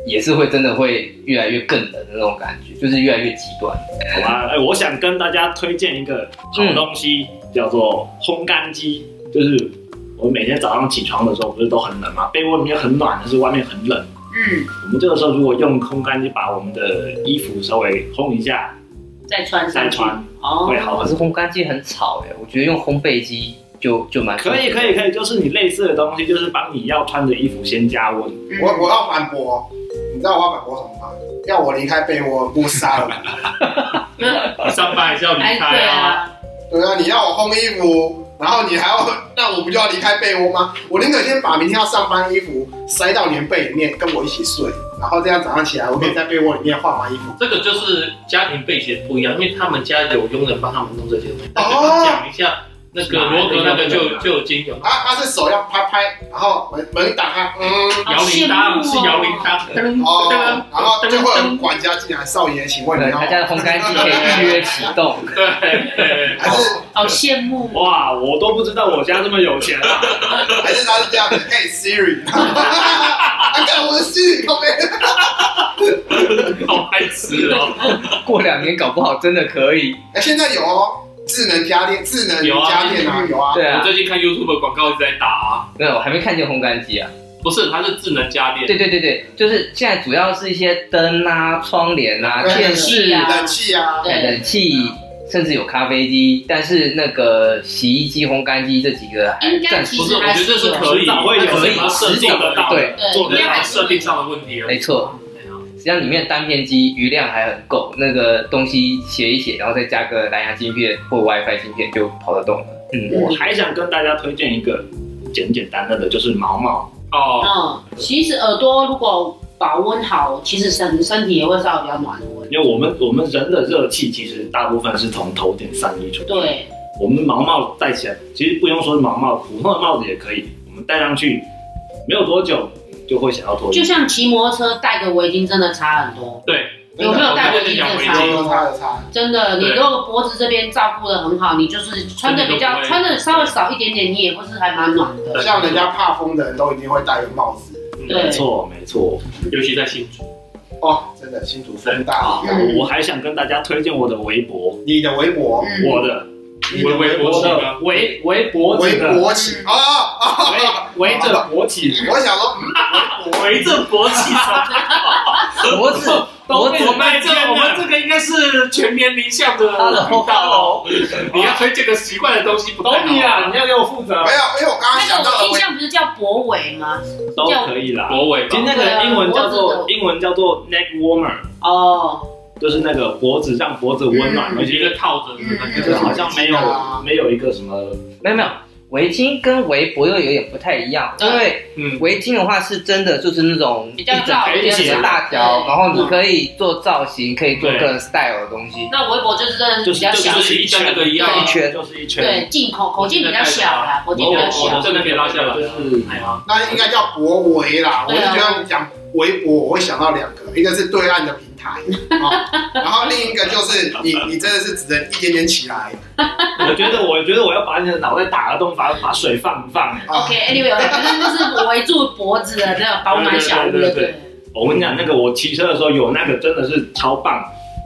Speaker 2: 也是会真的会越来越更冷的那种感觉，就是越来越极端。
Speaker 1: 好吧，哎，我想跟大家推荐一个好东西，叫做烘干机。就是我每天早上起床的时候，不是都很冷嘛，被窝里面很暖，但是外面很冷。
Speaker 4: 嗯，
Speaker 1: 我们这个时候如果用烘干机把我们的衣服稍微烘一下，
Speaker 4: 再穿
Speaker 1: 再
Speaker 4: 上去。
Speaker 1: 穿
Speaker 4: 哦
Speaker 1: 会，好
Speaker 2: 可
Speaker 1: 很
Speaker 2: 是烘干机很吵耶，我觉得用烘焙机就就蛮
Speaker 1: 可以可以可以，就是你类似的东西，就是帮你要穿的衣服先加温。
Speaker 4: 嗯
Speaker 3: 我我要反驳，你知道我要反驳什么吗？要我离开被窝，不杀 了你。
Speaker 5: 你上班还是要离
Speaker 4: 哎，
Speaker 5: 开
Speaker 4: 对
Speaker 5: 啊。
Speaker 4: 啊，
Speaker 3: 对啊，你要我烘衣服，然后你还要，那我不就要离开被窝吗？我宁可先把明天要上班衣服塞到棉被里面，跟我一起睡。然后这样早上起来，我可以在被窝里面换完衣服。
Speaker 5: 这个就是家庭背景不一样，因为他们家有佣人帮他们弄这些东西。那
Speaker 3: 哦
Speaker 5: 刚刚讲一下那个罗格那
Speaker 1: 是哪
Speaker 5: 个
Speaker 1: 一个佣人
Speaker 5: 就
Speaker 1: 啊
Speaker 5: 就已经有
Speaker 3: 啊，他是手要拍拍，然后门门一打开，嗯，
Speaker 5: 摇铃
Speaker 4: 哦
Speaker 5: 铛，是摇铃铛，噔
Speaker 3: 哦，
Speaker 5: 噔
Speaker 3: 然后就会有管家进来，少爷，请问你
Speaker 2: 对，
Speaker 3: 要
Speaker 2: 他家的烘干机可以预约启动。
Speaker 5: 对对，
Speaker 3: 还是
Speaker 4: 好羡慕哦。
Speaker 1: 哇，我都不知道我家这么有钱啊！
Speaker 3: 还是他是这样的？嘿 Siri，啊，看我的 Siri 靠背，
Speaker 5: 好白痴哦！
Speaker 2: 过两年搞不好真的可以。
Speaker 3: 哎，现在有哦，智能家电，智能
Speaker 5: 有啊
Speaker 3: 家电啊，有啊，
Speaker 2: 对
Speaker 5: 我
Speaker 2: 啊，
Speaker 5: 最近看 YouTube 的广告一直在打啊，
Speaker 2: 没有，我还没看见烘干机啊。
Speaker 5: 不是，它是智能家电，
Speaker 2: 对对对对，就是现在主要是一些灯啊、窗帘啊、
Speaker 3: 对
Speaker 2: 电视、
Speaker 4: 啊
Speaker 3: 冷气啊，
Speaker 4: 对
Speaker 2: 冷气，甚至有咖啡机，但是那个洗衣机、烘干机这几个还
Speaker 4: 应该
Speaker 2: 暂
Speaker 4: 其
Speaker 5: 不是，
Speaker 4: 实
Speaker 5: 我
Speaker 4: 还
Speaker 5: 觉得这
Speaker 4: 是
Speaker 5: 是
Speaker 4: 有，
Speaker 5: 可以，
Speaker 1: 早会有
Speaker 5: 它只是
Speaker 1: 人
Speaker 5: 把设定得到
Speaker 2: 对
Speaker 5: 的，
Speaker 4: 对，
Speaker 1: 做
Speaker 4: 应
Speaker 5: 对
Speaker 1: 得
Speaker 4: 该
Speaker 5: 它
Speaker 4: 还
Speaker 1: 到
Speaker 4: 是有
Speaker 5: 设定上的问题而
Speaker 2: 没
Speaker 5: 已。
Speaker 2: 错。实际上里面单片机余量还很够，那个东西写一写，然后再加个蓝牙晶片或 WiFi 晶片就跑得动了。嗯，
Speaker 1: 我还想跟大家推荐一个简简单单的，就是毛毛。
Speaker 5: 哦，
Speaker 4: 嗯，其实耳朵如果保温好，其实身身体也会稍微比较暖和。
Speaker 1: 因为我们我们人的热气其实大部分是从头顶散逸出去。，
Speaker 4: 对，
Speaker 1: 我们的毛帽戴起来，其实不用说毛帽，普通的帽子也可以。我们戴上去没有多久就会想要脱衣
Speaker 4: 就
Speaker 1: 服。
Speaker 4: 像骑摩托车戴个围巾真的差很多，
Speaker 5: 对，啊
Speaker 4: 有没有戴围巾
Speaker 5: 我们在讲
Speaker 4: 真的差
Speaker 5: 围
Speaker 4: 很
Speaker 5: 巾
Speaker 3: 有
Speaker 4: 多？
Speaker 3: 它的差，
Speaker 4: 真的，你
Speaker 5: 对
Speaker 4: 如果脖子这边照顾的很好，你就是穿的比较
Speaker 5: 真的就不会
Speaker 4: 穿的稍微少一点点，你也会是还蛮暖的。
Speaker 5: 对
Speaker 3: 像人家怕风的人都一定会戴个帽子。
Speaker 1: 没
Speaker 4: 对
Speaker 1: 错，没错。
Speaker 5: 嗯尤其在新竹，
Speaker 3: 哦，真的，新竹风大雨啊！
Speaker 4: 嗯
Speaker 1: 我还想跟大家推荐我的围脖，
Speaker 3: 你的围脖，
Speaker 4: 嗯
Speaker 1: 我的
Speaker 3: 你的
Speaker 5: 围围脖
Speaker 1: 我
Speaker 5: 子
Speaker 1: 的围围脖子
Speaker 3: 围
Speaker 1: 的
Speaker 3: 脖起啊啊！
Speaker 1: 围围着脖起，
Speaker 3: 我想说，嗯，围脖，
Speaker 5: 围着国旗
Speaker 2: 脖子脖子
Speaker 5: 我们这我们这个应该是全年龄向的频道哦。你要推荐个奇怪的东西，不太好
Speaker 1: 懂你 啊，你要给我负责
Speaker 3: 没，有，因为我刚刚
Speaker 4: 那
Speaker 3: 想
Speaker 4: 个
Speaker 3: 到
Speaker 4: 我
Speaker 3: 了
Speaker 4: 印
Speaker 3: 围，
Speaker 4: 象不是叫脖围吗？
Speaker 1: 都可以啦。
Speaker 5: 国尾吧
Speaker 1: 其实，那个英文叫做
Speaker 4: 啊
Speaker 1: 英文叫做 neck warmer，
Speaker 4: 哦，
Speaker 1: 就是那个脖子让脖子温暖，
Speaker 4: 嗯
Speaker 1: 而
Speaker 5: 有一
Speaker 1: 且
Speaker 5: 个套着的那
Speaker 1: 就是
Speaker 5: 个，
Speaker 1: 嗯好像没有
Speaker 4: 啊
Speaker 1: 没有一个什么
Speaker 2: 没有没有，围巾跟围脖又有点不太一样，
Speaker 4: 对
Speaker 2: 因为
Speaker 5: 嗯，
Speaker 2: 围巾的话是真的就是那种
Speaker 4: 比
Speaker 2: 一
Speaker 4: 较
Speaker 2: 整
Speaker 4: 绕
Speaker 1: 一
Speaker 2: 一
Speaker 1: 点
Speaker 2: 整大条，然后你可以做造型，可以做个人 style 的东西。
Speaker 4: 那围脖就是真的
Speaker 1: 就
Speaker 4: 比
Speaker 1: 是
Speaker 4: 较小
Speaker 5: 就，是一像那个一样
Speaker 2: 一
Speaker 5: 啊，
Speaker 2: 圈，
Speaker 1: 就是一圈，
Speaker 4: 对，进口口径比较小啦，口径
Speaker 5: 我
Speaker 4: 比
Speaker 5: 我
Speaker 4: 较小
Speaker 5: 我。真的可以拉下来啊
Speaker 1: 就是
Speaker 5: 哎呀，
Speaker 3: 那应该叫脖围啦。我
Speaker 4: 对
Speaker 3: 就
Speaker 4: 啊
Speaker 3: 觉得你讲围脖，我会想到两个，一个是对岸的平台， 啊，然后另一个就是你，你真的是只能一点点起来
Speaker 1: 我觉得我觉得我要把你的脑袋打个洞，把把水放一放。
Speaker 3: 啊。
Speaker 4: OK，Anyway，、反正就是围住脖子的那个保暖小屋，
Speaker 1: 对对对
Speaker 4: 对
Speaker 1: 我跟你讲，那个我骑车的时候有那个真的是超棒，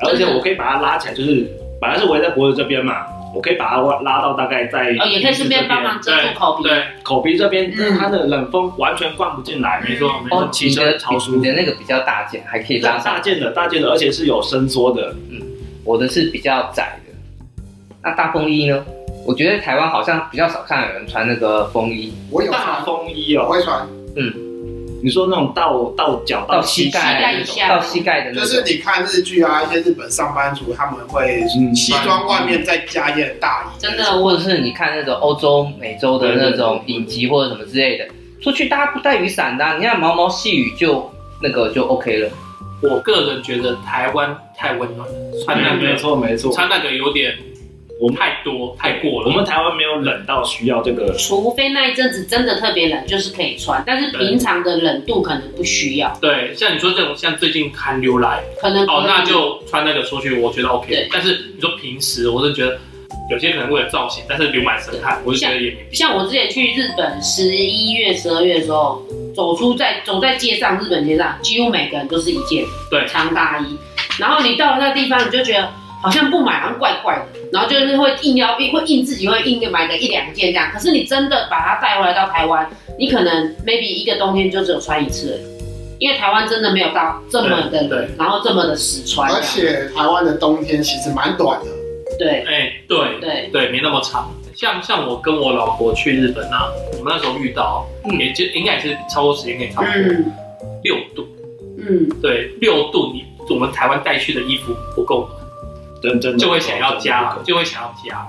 Speaker 1: 而且我可以把它拉起来，就是本来是围在脖子这边嘛，我可以把它拉到大概在
Speaker 4: 哦，也可以顺便帮
Speaker 1: 鼻子
Speaker 4: 忙遮住口鼻。
Speaker 5: 对，
Speaker 1: 这边口鼻这边，
Speaker 4: 嗯
Speaker 1: 它的冷风完全灌不进来。
Speaker 5: 没错没
Speaker 1: 哦
Speaker 5: 错，
Speaker 1: 骑车超舒服
Speaker 2: 你的那个比较大件，还可以拉
Speaker 1: 大
Speaker 2: 上
Speaker 1: 大。件的大件的，而且是有伸缩的，
Speaker 2: 我的是比较窄的。那大风衣呢？我觉得台湾好像比较少看有人穿那个风衣，
Speaker 3: 我
Speaker 4: 啊
Speaker 3: 有
Speaker 1: 大
Speaker 3: 穿，
Speaker 1: 风衣
Speaker 3: 我
Speaker 1: 哦。
Speaker 3: 会穿，
Speaker 1: 你说那种到到脚
Speaker 2: 到
Speaker 1: 膝
Speaker 2: 膝
Speaker 4: 盖
Speaker 2: 盖
Speaker 4: 以下
Speaker 2: 到膝盖的那
Speaker 3: 就是
Speaker 2: 种。
Speaker 3: 你看日剧啊，一些日本上班族他们会
Speaker 1: 嗯
Speaker 3: 西装外面再加一件大衣，
Speaker 4: 真的，
Speaker 2: 或
Speaker 4: 我
Speaker 2: 者是你看那种欧洲、美洲的那种影集或者什么之类的，出去大家不带雨伞的啊、你看毛毛细雨就那个就 OK 了。
Speaker 5: 我个人觉得台湾太温暖了，穿那
Speaker 1: 嗯没
Speaker 5: 个
Speaker 1: 错没错，
Speaker 5: 穿那个有点
Speaker 1: 我们
Speaker 5: 太多太过
Speaker 1: 我
Speaker 5: 了，
Speaker 1: 们台湾没有冷到需要这个，
Speaker 4: 除非那一阵子真的特别冷，就是可以穿，但是平常的冷度可能不需要，
Speaker 5: 对，像你说这种像最近寒流来。
Speaker 4: 可能
Speaker 5: 哦，那就穿那个出去，我觉得 OK
Speaker 4: 对。
Speaker 5: 但是你说平时，我是觉得有些可能为了造型，但是流满身汗，我就觉得也没必要。
Speaker 4: 像我之前去日本十一月、十二月的时候，走出在走在街上，日本街上几乎每个人都是一件
Speaker 5: 对
Speaker 4: 长大衣，然后你到了那地方，你就觉得。好像不买好像怪怪的，然后就是会硬要会硬自己会硬买个一两件这样。可是你真的把它带回来到台湾，你可能 maybe 一个冬天就只有穿一次而已，因为台湾真的没有到这么的
Speaker 5: 对
Speaker 4: 冷，然后这么的实穿啊这
Speaker 3: 而
Speaker 4: 样。
Speaker 3: 且台湾的冬天其实蛮短的，
Speaker 4: 对
Speaker 5: 哎、对
Speaker 4: 对，
Speaker 5: 对，没那么长。像像我跟我老婆去日本啊，我们那时候遇到，
Speaker 2: 嗯
Speaker 5: 也就应该也是超过时间，也差不多
Speaker 4: 嗯
Speaker 5: 六度。
Speaker 4: 嗯，
Speaker 5: 对，六度你我们台湾带去的衣服不够，
Speaker 1: 真真的
Speaker 5: 就会想要加
Speaker 4: 嗯
Speaker 1: 真的，
Speaker 5: 就会想要加。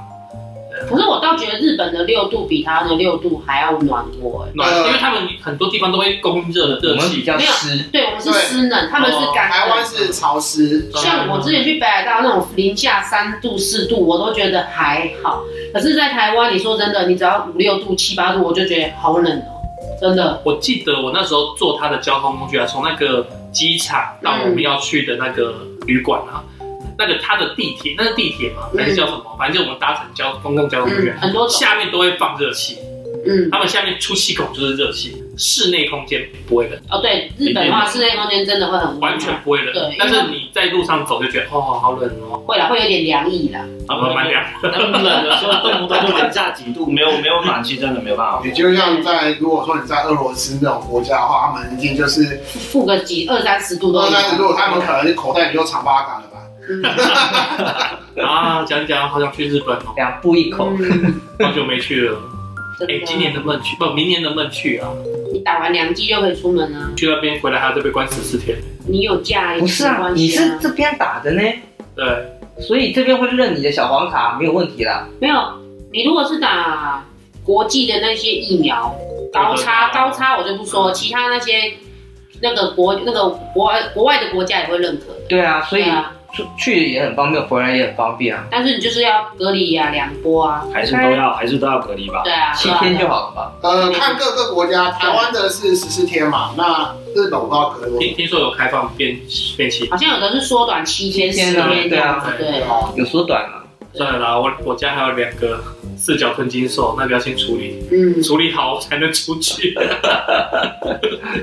Speaker 4: 可是我倒觉得日本的六度比它的六度还要暖和、欸。
Speaker 5: 暖，因为他们很多地方都会供热的
Speaker 2: 我
Speaker 5: 热
Speaker 2: 们比
Speaker 5: 气，
Speaker 2: 较湿，
Speaker 4: 对，我们是
Speaker 3: 对
Speaker 4: 湿冷，他们是干
Speaker 3: 哦台
Speaker 4: 冷。
Speaker 3: 湾是潮湿，
Speaker 4: 像我之前去北海道那种零下三度四度，我都觉得还好。可是，在台湾，你说真的，你只要五六度、七八度，我就觉得好冷哦、真的。
Speaker 5: 我记得我那时候坐他的交通工具啊，从那个机场到我们要去的那个旅馆啊，那个他的地铁，那是地铁嘛，还是叫什么？反正就我们搭乘交公共交通工具
Speaker 4: 嗯
Speaker 5: 啊，，
Speaker 4: 很多种，
Speaker 5: 下面都会放热气，
Speaker 4: 嗯，
Speaker 5: 他们下面出气孔就是热气，室内空间不会冷，
Speaker 4: 哦对，日本的话室内空间真的会很无聊
Speaker 5: 完全不会冷
Speaker 4: 对。
Speaker 5: 但是你在路上走就觉得哦，好冷哦，
Speaker 4: 会啦，会有点凉意啦。
Speaker 5: 啊，不蛮凉。
Speaker 1: 他 们冷的时候动不动就零下几度，没有没有暖气，真的没有 办法。
Speaker 3: 你就像在如果说你在俄罗斯那种国家的话，他们一定就是
Speaker 4: 负负个几二三十度都有
Speaker 3: 二三十度，他们可能口袋里就藏八嘎了吧。
Speaker 4: 嗯
Speaker 5: 啊，讲一讲，好想去日本哦，
Speaker 2: 两步一口。
Speaker 4: 嗯
Speaker 5: 好久没去了。
Speaker 4: 真
Speaker 5: 哎、
Speaker 4: 的
Speaker 5: 今年能不能去？不，明年能不能去啊？
Speaker 4: 你打完两剂就可以出门啊，
Speaker 5: 去那边回来还要再被关十四天。
Speaker 4: 你有假也
Speaker 2: 不是
Speaker 4: 没
Speaker 2: 啊，
Speaker 4: 关
Speaker 2: 你
Speaker 4: 系啊
Speaker 2: 是这边打的呢，
Speaker 5: 对，
Speaker 2: 所以这边会认你的小黄卡没有问题啦。
Speaker 4: 没有，你如果是打国际的那些疫苗，高
Speaker 5: 对
Speaker 4: 差
Speaker 5: 对对
Speaker 4: 高差我就不
Speaker 2: 嗯
Speaker 4: 说，其他那些那个国那个国外国外的国家也会认可的，
Speaker 2: 对啊，所以
Speaker 4: 对啊，
Speaker 2: 出去也很方便，回来也很方便啊，
Speaker 4: 但是你就是要隔离啊，两波啊，
Speaker 1: 还是都要还是都要隔离吧。
Speaker 4: 对啊，
Speaker 2: 七
Speaker 4: 对啊
Speaker 2: 天就好了吧？
Speaker 3: 呃，看各个国家，台湾的是十四天嘛，那日本我不知道隔多久
Speaker 5: 听听说有开放变变期，
Speaker 4: 好像有的是缩短七天、
Speaker 2: 七
Speaker 4: 十
Speaker 2: 天
Speaker 4: 天
Speaker 2: 啊
Speaker 4: 这样子，
Speaker 5: 对
Speaker 4: 对。啊
Speaker 3: 哦。
Speaker 2: 有缩短嘛？
Speaker 5: 算了啦，我我家还有两个四角吞金兽，那个要先处理，
Speaker 4: 嗯，
Speaker 5: 处理好我才能出去。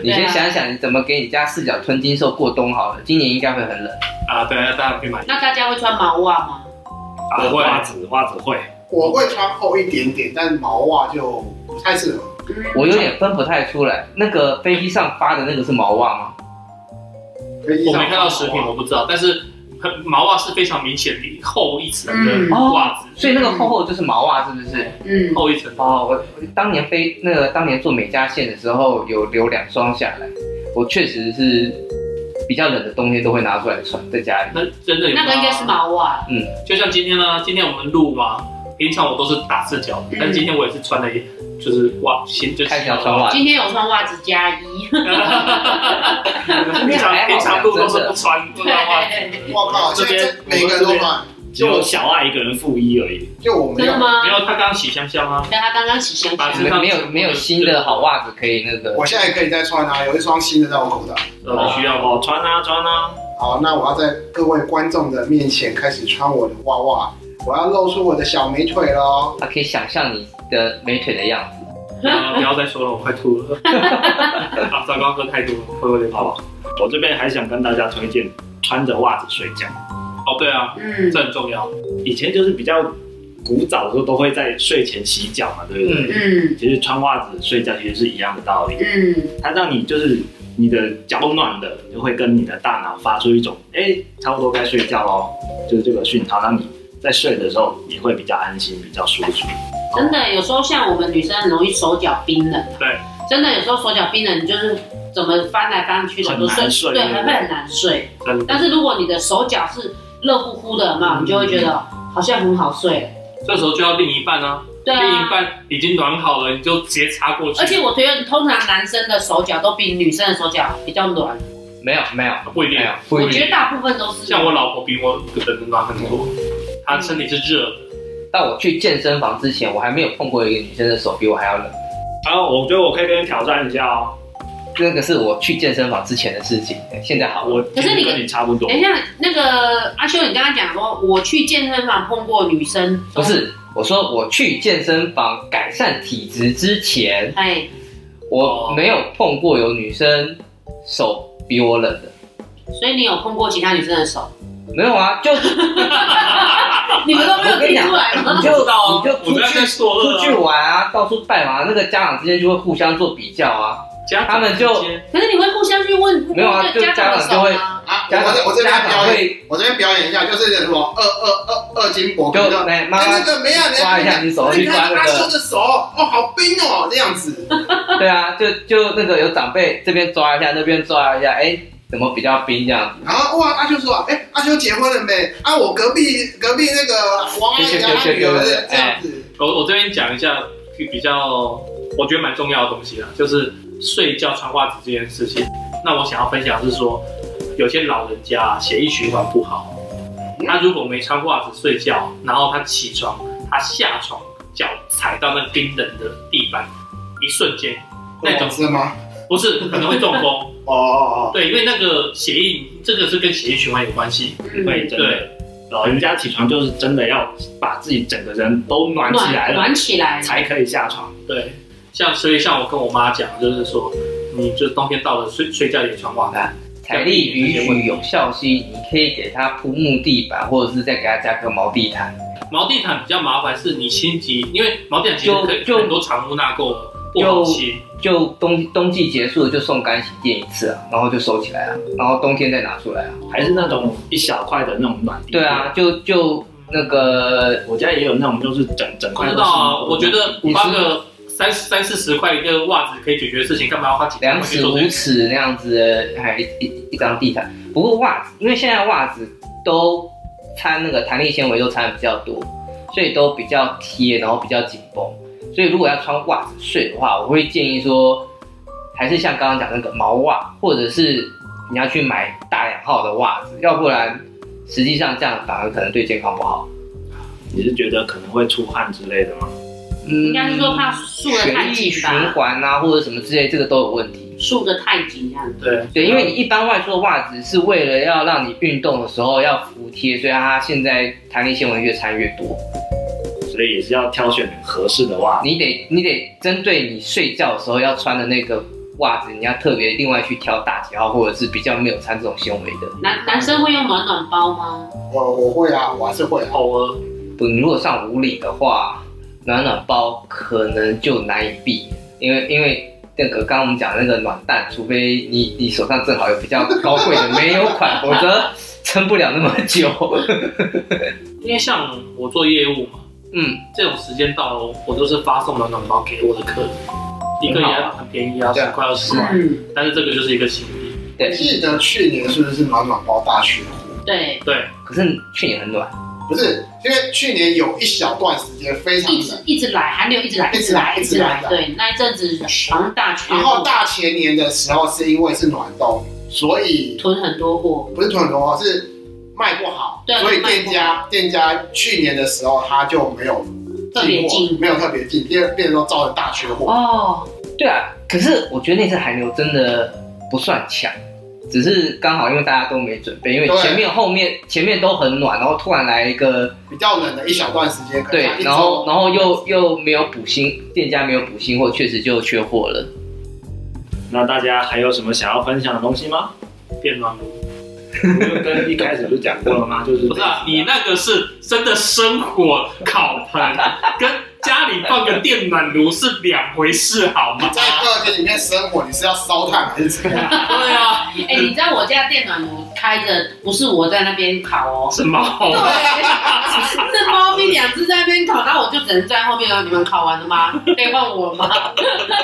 Speaker 2: 你
Speaker 4: 对
Speaker 2: 先
Speaker 4: 啊
Speaker 2: 想想你怎么给你家四角吞金兽过冬好了，今年应该会很冷。
Speaker 5: 啊，对啊，大家别买。
Speaker 4: 那大家会穿毛袜吗？
Speaker 1: 啊
Speaker 5: 我会
Speaker 1: 袜子袜子会，
Speaker 3: 我会穿厚一点点，但毛袜就不太适合。
Speaker 2: 我有点分不太出来，那个飞机上发的那个是毛袜吗？
Speaker 3: 飞机
Speaker 5: 我
Speaker 3: 上
Speaker 5: 没看到食品，我不知道，但是很毛袜是非常明显的厚一层的
Speaker 2: 嗯
Speaker 5: 袜子，
Speaker 2: 所以那个厚厚就是毛袜，是不是？
Speaker 4: 嗯，
Speaker 5: 厚一层的。
Speaker 2: 哦，我我当年飞那个当年做美加线的时候，有留两双下来，我确实是比较冷的冬天都会拿出来穿，在家里。
Speaker 5: 那真的有
Speaker 4: 那个应该是
Speaker 5: 吗？
Speaker 4: 毛袜，
Speaker 5: 就像今天呢、今天我们录嘛，平常我都是打赤
Speaker 4: 嗯
Speaker 5: 脚的，但今天我也是穿了一就是袜，新就是
Speaker 2: 开始要穿 袜子，
Speaker 4: 今天有穿袜子加一，
Speaker 5: 平常平常路都是不穿不穿 袜子，
Speaker 3: 我靠，现在这每个人都穿，
Speaker 1: 只有小爱一个人负一而已。
Speaker 3: 就我没
Speaker 4: 真
Speaker 3: 有
Speaker 4: 的。吗
Speaker 5: 没？有他刚刚洗香香啊，
Speaker 4: 但他刚刚起香
Speaker 5: 把
Speaker 4: 香
Speaker 5: 这
Speaker 2: 没没有没有新的好袜子可以那个。
Speaker 3: 我现在也可以再穿啊，有一双新的在我口袋。
Speaker 5: 呃需要吗？
Speaker 1: 哦，穿啊穿啊，
Speaker 3: 好，那我要在各位观众的面前开始穿我的袜袜，我要露出我的小美腿喽。
Speaker 2: 他可以想象你的美腿的样子。
Speaker 5: 呃 不要再说了，我快吐了。 啊，糟糕，喝太多了，会有点好。
Speaker 1: 我这边还想跟大家推荐穿着袜子睡觉。
Speaker 5: 哦，对啊，
Speaker 4: 嗯
Speaker 5: 这很重要。
Speaker 1: 以前就是比较古早的时候都会在睡前洗脚嘛，对不对？
Speaker 2: 嗯，
Speaker 4: 嗯
Speaker 1: 其实穿袜子睡觉其实是一样的道理，
Speaker 4: 嗯，
Speaker 1: 它让你就是你的脚暖了，你就会跟你的大脑发出一种哎、差不多该睡觉喽，就是这个讯号，让你在睡的时候也会比较安心，比较舒服。
Speaker 4: 真的，有时候像我们女生很容易手脚冰冷，啊
Speaker 5: 对，
Speaker 4: 真的有时候手脚冰冷，你就是怎么翻来翻去的
Speaker 1: 很
Speaker 4: 都
Speaker 1: 难睡
Speaker 4: 对，
Speaker 1: 对
Speaker 4: 很会很难睡。
Speaker 5: 真的，
Speaker 4: 但是如果你的手脚是热乎乎的嘛，你就会觉得好像很好睡。
Speaker 5: 这时候就要另一半啊，
Speaker 4: 对
Speaker 5: 另一
Speaker 4: 啊，
Speaker 5: 半已经暖好了，你就直接插过去。
Speaker 4: 而且我觉得通常男生的手脚都比女生的手脚比较暖，
Speaker 2: 没有没有
Speaker 5: 不一
Speaker 2: 没
Speaker 5: 定，啊
Speaker 2: 有，不
Speaker 4: 我
Speaker 2: 一定。
Speaker 4: 觉得大部分都是
Speaker 5: 像我老婆比我人暖很多，她身体是热的，
Speaker 2: 但我去健身房之前，我还没有碰过一个女生的手比我还要冷。
Speaker 1: 然后我觉得我可以跟你挑战一下哦，
Speaker 2: 那个是我去健身房之前的事情，现在好了。
Speaker 1: 啊我
Speaker 4: 可是你哎
Speaker 1: 跟你差不多
Speaker 4: 等，一下，那个阿修，你刚刚讲说，我去健身房碰过女生，
Speaker 2: 不？是，我说我去健身房改善体质之前，
Speaker 4: 哎，
Speaker 2: 我没有碰过有女生手比我冷的。
Speaker 4: 所以你有碰过其他女生的手？
Speaker 2: 没有啊， 就
Speaker 4: 你们都没有听出来吗
Speaker 2: 你？就
Speaker 5: 知道啊
Speaker 2: 你就
Speaker 5: 我
Speaker 2: 出
Speaker 5: 在
Speaker 2: 去
Speaker 5: 在做
Speaker 2: 出
Speaker 5: 恶
Speaker 2: 去
Speaker 5: 啊，
Speaker 2: 玩啊，到处拜访啊，那个家长之间就会互相做比较啊。
Speaker 5: 家长
Speaker 2: 他们就
Speaker 5: 之间
Speaker 4: 可是你会互相去问，
Speaker 2: 没有啊
Speaker 4: 问
Speaker 2: 就
Speaker 4: 家长
Speaker 2: 家
Speaker 4: 的
Speaker 2: 长就会
Speaker 4: 手吗？
Speaker 3: 啊，
Speaker 2: 家
Speaker 3: 我
Speaker 2: 长
Speaker 3: 这我这边
Speaker 2: 家长
Speaker 3: 表演，
Speaker 2: 会
Speaker 3: 我这边表演一下，就是什么二二二二金箔，
Speaker 2: 就
Speaker 3: 跟着
Speaker 2: 来妈
Speaker 3: 哎，
Speaker 2: 妈
Speaker 3: 那个没有，
Speaker 2: 抓一下你手
Speaker 3: 你
Speaker 2: 去抓
Speaker 3: 看
Speaker 2: 那
Speaker 3: 阿修
Speaker 2: 个，
Speaker 3: 的手，哦，好冰哦，这样子。
Speaker 2: 对啊，就就那个有长辈这边抓一下，那边抓一下，哎，怎么比较冰这样子。
Speaker 3: 然后哇，阿修说啊，哎、阿修结婚了没？啊，我隔壁隔壁那个王阿姨家他女儿是这样子，
Speaker 5: 我我这边讲一下比较，我觉得蛮重要的东西啦，就是睡觉穿袜子这件事情。那我想要分享的是说，有些老人家血液循环不好，他如果没穿袜子睡觉，然后他起床，他下床脚踩到那冰冷的地板，一瞬间哎那种
Speaker 3: 是吗？
Speaker 5: 不是可能会中风，
Speaker 3: 哦哦哦，
Speaker 5: 对，因为那个血液这个是跟血液循环有关系，
Speaker 1: 对，真的。
Speaker 5: 对，
Speaker 1: 老人家起床就是真的要把自己整个人都暖起来
Speaker 4: 暖
Speaker 1: 了，
Speaker 4: 暖起来，
Speaker 1: 才可以下床。
Speaker 5: 对，像所以像我跟我妈讲，就是说，你就冬天到了睡睡觉也穿袜子。
Speaker 2: 财力允许有效期，你可以给他铺木地板，或者是再给他加个毛地毯。
Speaker 5: 毛地毯比较麻烦，是你清洁，因为毛地毯其实可以
Speaker 2: 就就
Speaker 5: 很多藏污纳垢不好清。
Speaker 2: 就冬冬季结束了就送干洗店一次啊，然后就收起来啊，然后冬天再拿出来啊。
Speaker 1: 还是那种一小块的那种暖地。
Speaker 2: 对啊，，就就那个
Speaker 1: 我家也有那种，就是整整
Speaker 5: 不
Speaker 1: 块
Speaker 5: 知
Speaker 1: 都
Speaker 5: 道
Speaker 1: 是
Speaker 5: 啊，
Speaker 1: 暖的。
Speaker 5: 我觉得
Speaker 2: 你是
Speaker 5: 花个三三四十块一个袜子可以解决的事情，干嘛要花几千
Speaker 2: 两
Speaker 5: 块去
Speaker 2: 尺
Speaker 5: 做
Speaker 2: 五
Speaker 5: 这个？
Speaker 2: 尺那样子的，还一一一张地毯。不过袜子，因为现在袜子都掺那个弹力纤维都掺的比较多，所以都比较贴，然后比较紧绷。所以如果要穿袜子睡的话，我会建议说，还是像刚刚讲那个毛袜，或者是你要去买大两号的袜子，要不然实际上这样反而可能对健康不好。
Speaker 1: 你是觉得可能会出汗之类的吗？
Speaker 2: 嗯
Speaker 4: 应该是说怕束的太
Speaker 2: 血液
Speaker 4: 紧
Speaker 2: 嗯循
Speaker 4: 吧，
Speaker 2: 环啊，或者什么之类，这个都有问题。
Speaker 4: 束的太紧这样。
Speaker 5: 对
Speaker 2: 对，因为你一般外出的袜子是为了要让你运动的时候要服帖，所以它现在弹力纤维越掺越多。
Speaker 1: 所以也是要挑选合适的袜子。
Speaker 2: 你得你得针对你睡觉的时候要穿的那个袜子，你要特别另外去挑大几号，或者是比较没有掺这种纤维的。
Speaker 4: 男男生会用暖暖包吗？
Speaker 3: 我我会啊，我还是会啊。
Speaker 5: 偶尔
Speaker 2: 不，你如果上五里的话，暖暖包可能就难以避免，因为因为。那个刚刚我们讲的那个暖蛋，除非你你手上正好有比较高贵的没有款，否则撑不了那么久。
Speaker 5: 因为像我做业务嘛，
Speaker 2: 嗯，
Speaker 5: 这种时间到了，我都是发送暖暖包给我的客人，一个也
Speaker 1: 很好
Speaker 5: 很便宜啊，
Speaker 2: 对
Speaker 5: 十
Speaker 2: 啊
Speaker 5: 块二十块，
Speaker 4: 嗯，
Speaker 5: 但是这个就是一个心意。
Speaker 2: 对，
Speaker 3: 记得去年是不是暖暖包大缺货？
Speaker 4: 对，
Speaker 5: 对，
Speaker 2: 可是去年很暖。
Speaker 3: 不是，因为去年有一小段时间非常
Speaker 4: 一
Speaker 3: 冷
Speaker 5: 嗯
Speaker 4: 直，一直来，寒流一直来，
Speaker 3: 一直来
Speaker 4: 一直
Speaker 3: 一
Speaker 4: 来
Speaker 3: 直，来
Speaker 4: 对，那一阵子好像大缺
Speaker 3: 然后
Speaker 4: 货，
Speaker 3: 大前年的时候是因为是暖冬，所以
Speaker 4: 囤很多货，
Speaker 3: 不是囤很多，是卖不好，
Speaker 4: 对
Speaker 3: 所以店家店家去年的时候他就没有
Speaker 4: 特别
Speaker 3: 进货，
Speaker 4: 近
Speaker 3: 没有特别进，变变成说造成大缺货。
Speaker 4: 哦，
Speaker 2: 对啊，可是我觉得那次寒流真的不算强，只是刚好因为大家都没准备，因为
Speaker 3: 对
Speaker 2: 前面后面前面都很暖，然后突然来一个
Speaker 3: 比较冷的一小段时间，可能
Speaker 2: 对
Speaker 3: 像一，周
Speaker 2: 然后然后又又没有补新，店家没有补新货，确实就缺货了。
Speaker 1: 那大家还有什么想要分享的东西 吗？
Speaker 5: 变暖 炉
Speaker 1: 不就跟一开始就讲过了吗？就是
Speaker 5: 不是啊，你那个是真的生火烤盆，跟家里放个电暖炉是两回事，好吗
Speaker 3: 你？在客厅里面生活，你是要烧炭还是怎样？
Speaker 5: 对啊，
Speaker 4: 哎，你知道我家电暖炉开着，不是我在那边烤哦，
Speaker 5: 什么好
Speaker 4: 对， 是猫咪两只在那边烤，然后我就只能在后面哦。你们烤完了吗？可以换我吗？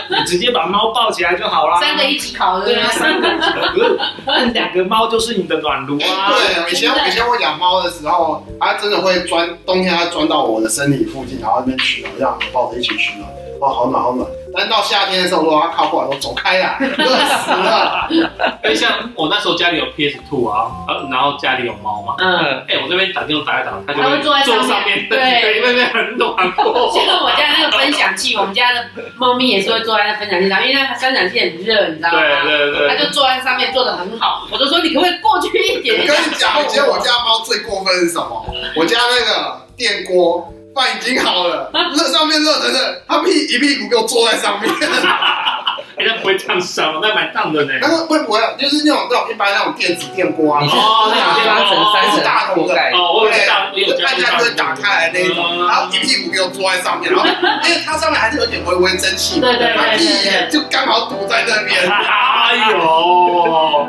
Speaker 1: 你直接把猫抱起来就好啦。
Speaker 4: 三个一起烤的
Speaker 1: 对啊，三个不是那两个猫就是你的暖炉啊。
Speaker 3: 对，以前以前我养猫的时候，它真的会钻，冬天它钻到我的身体附近，然后那边取暖，让我抱着一起取暖，哇，好暖好暖。但到夏天的时候，如果它靠过来，我走开啦， 热死了。
Speaker 5: 因为像我那时候家里有 PS Two 啊，呃，然后家里有猫嘛，
Speaker 4: 嗯，
Speaker 2: 嗯，
Speaker 5: 哎、我这边打电话打一打，它就
Speaker 4: 它
Speaker 5: 会
Speaker 4: 会坐在上面
Speaker 5: 上面，
Speaker 4: 对
Speaker 5: 对，因为那边很暖 和。
Speaker 4: 像我家那个分享器，我们家的猫咪也是会坐在那分享器上，因为那分享器很热，你知道吗？
Speaker 5: 对对
Speaker 4: 它
Speaker 5: 对，
Speaker 4: 就坐在上面，坐得很好。我就说你可不可以过去一
Speaker 3: 我
Speaker 4: 点？
Speaker 3: 跟你讲，以前我家猫最过分是什么？我家那个电锅。饭已经好了，热上面热腾腾，它屁一屁股给我坐在上面，
Speaker 5: 哎、那不会烫伤，那蛮烫的呢。
Speaker 3: 然后会不会就是那种那种一般那种电子电锅啊，
Speaker 2: 你是
Speaker 5: 哦
Speaker 2: 那种八层三层
Speaker 3: 大桶的
Speaker 2: 锅盖，
Speaker 5: 哦，我有家，我有
Speaker 3: 就
Speaker 5: 家
Speaker 3: 按下就会打开来那一
Speaker 5: 嗯
Speaker 3: 种，然后一屁股给我坐在上面，然后因为它上面还是有点微微蒸汽嘛，
Speaker 4: 对对对
Speaker 3: 它屁眼
Speaker 4: 对
Speaker 3: 就刚好堵在那边，
Speaker 5: 啊
Speaker 1: 哎呦，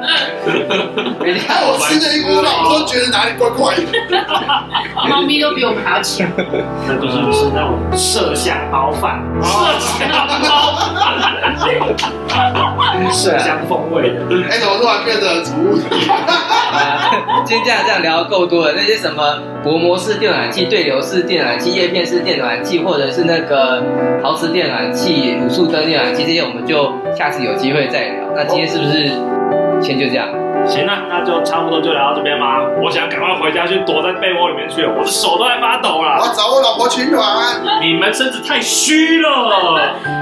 Speaker 2: 没事
Speaker 3: 看哎我吃那一锅饭，我都觉得哪里怪怪的。
Speaker 4: 猫咪都比我们还要强。
Speaker 1: 那就是吃那种麝香包饭，麝香包饭，麝香风味的，
Speaker 3: 哎，怎么突然变成宠物？
Speaker 2: 啊，今天这样这样聊够多了。那些什么薄膜式电暖器、对流式电暖器、叶片式电暖器，或者是那个陶瓷电暖器、卤素灯电暖器这些，我们就下次有机会再聊。那今天是不是先就这样？
Speaker 1: 行啊，那就差不多就聊到这边吧。我想赶快回家去躲在被窝里面去了，我的手都在发抖
Speaker 3: 我
Speaker 1: 了。
Speaker 3: 要找我老婆取暖。啊
Speaker 5: 你们身子太虚了，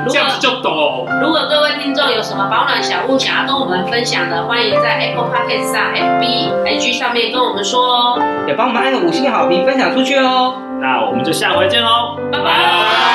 Speaker 4: 如
Speaker 5: 这
Speaker 4: 果
Speaker 5: 样子就抖。
Speaker 4: 如果各位听众有什么保暖小物想要跟我们分享的，欢迎在 Apple 啊 Podcast 上、FB、IG 上面跟我们说哦。
Speaker 2: 也帮我们按个五星好评，分享出去哦。
Speaker 1: 那我们就下回见喽，
Speaker 4: 拜拜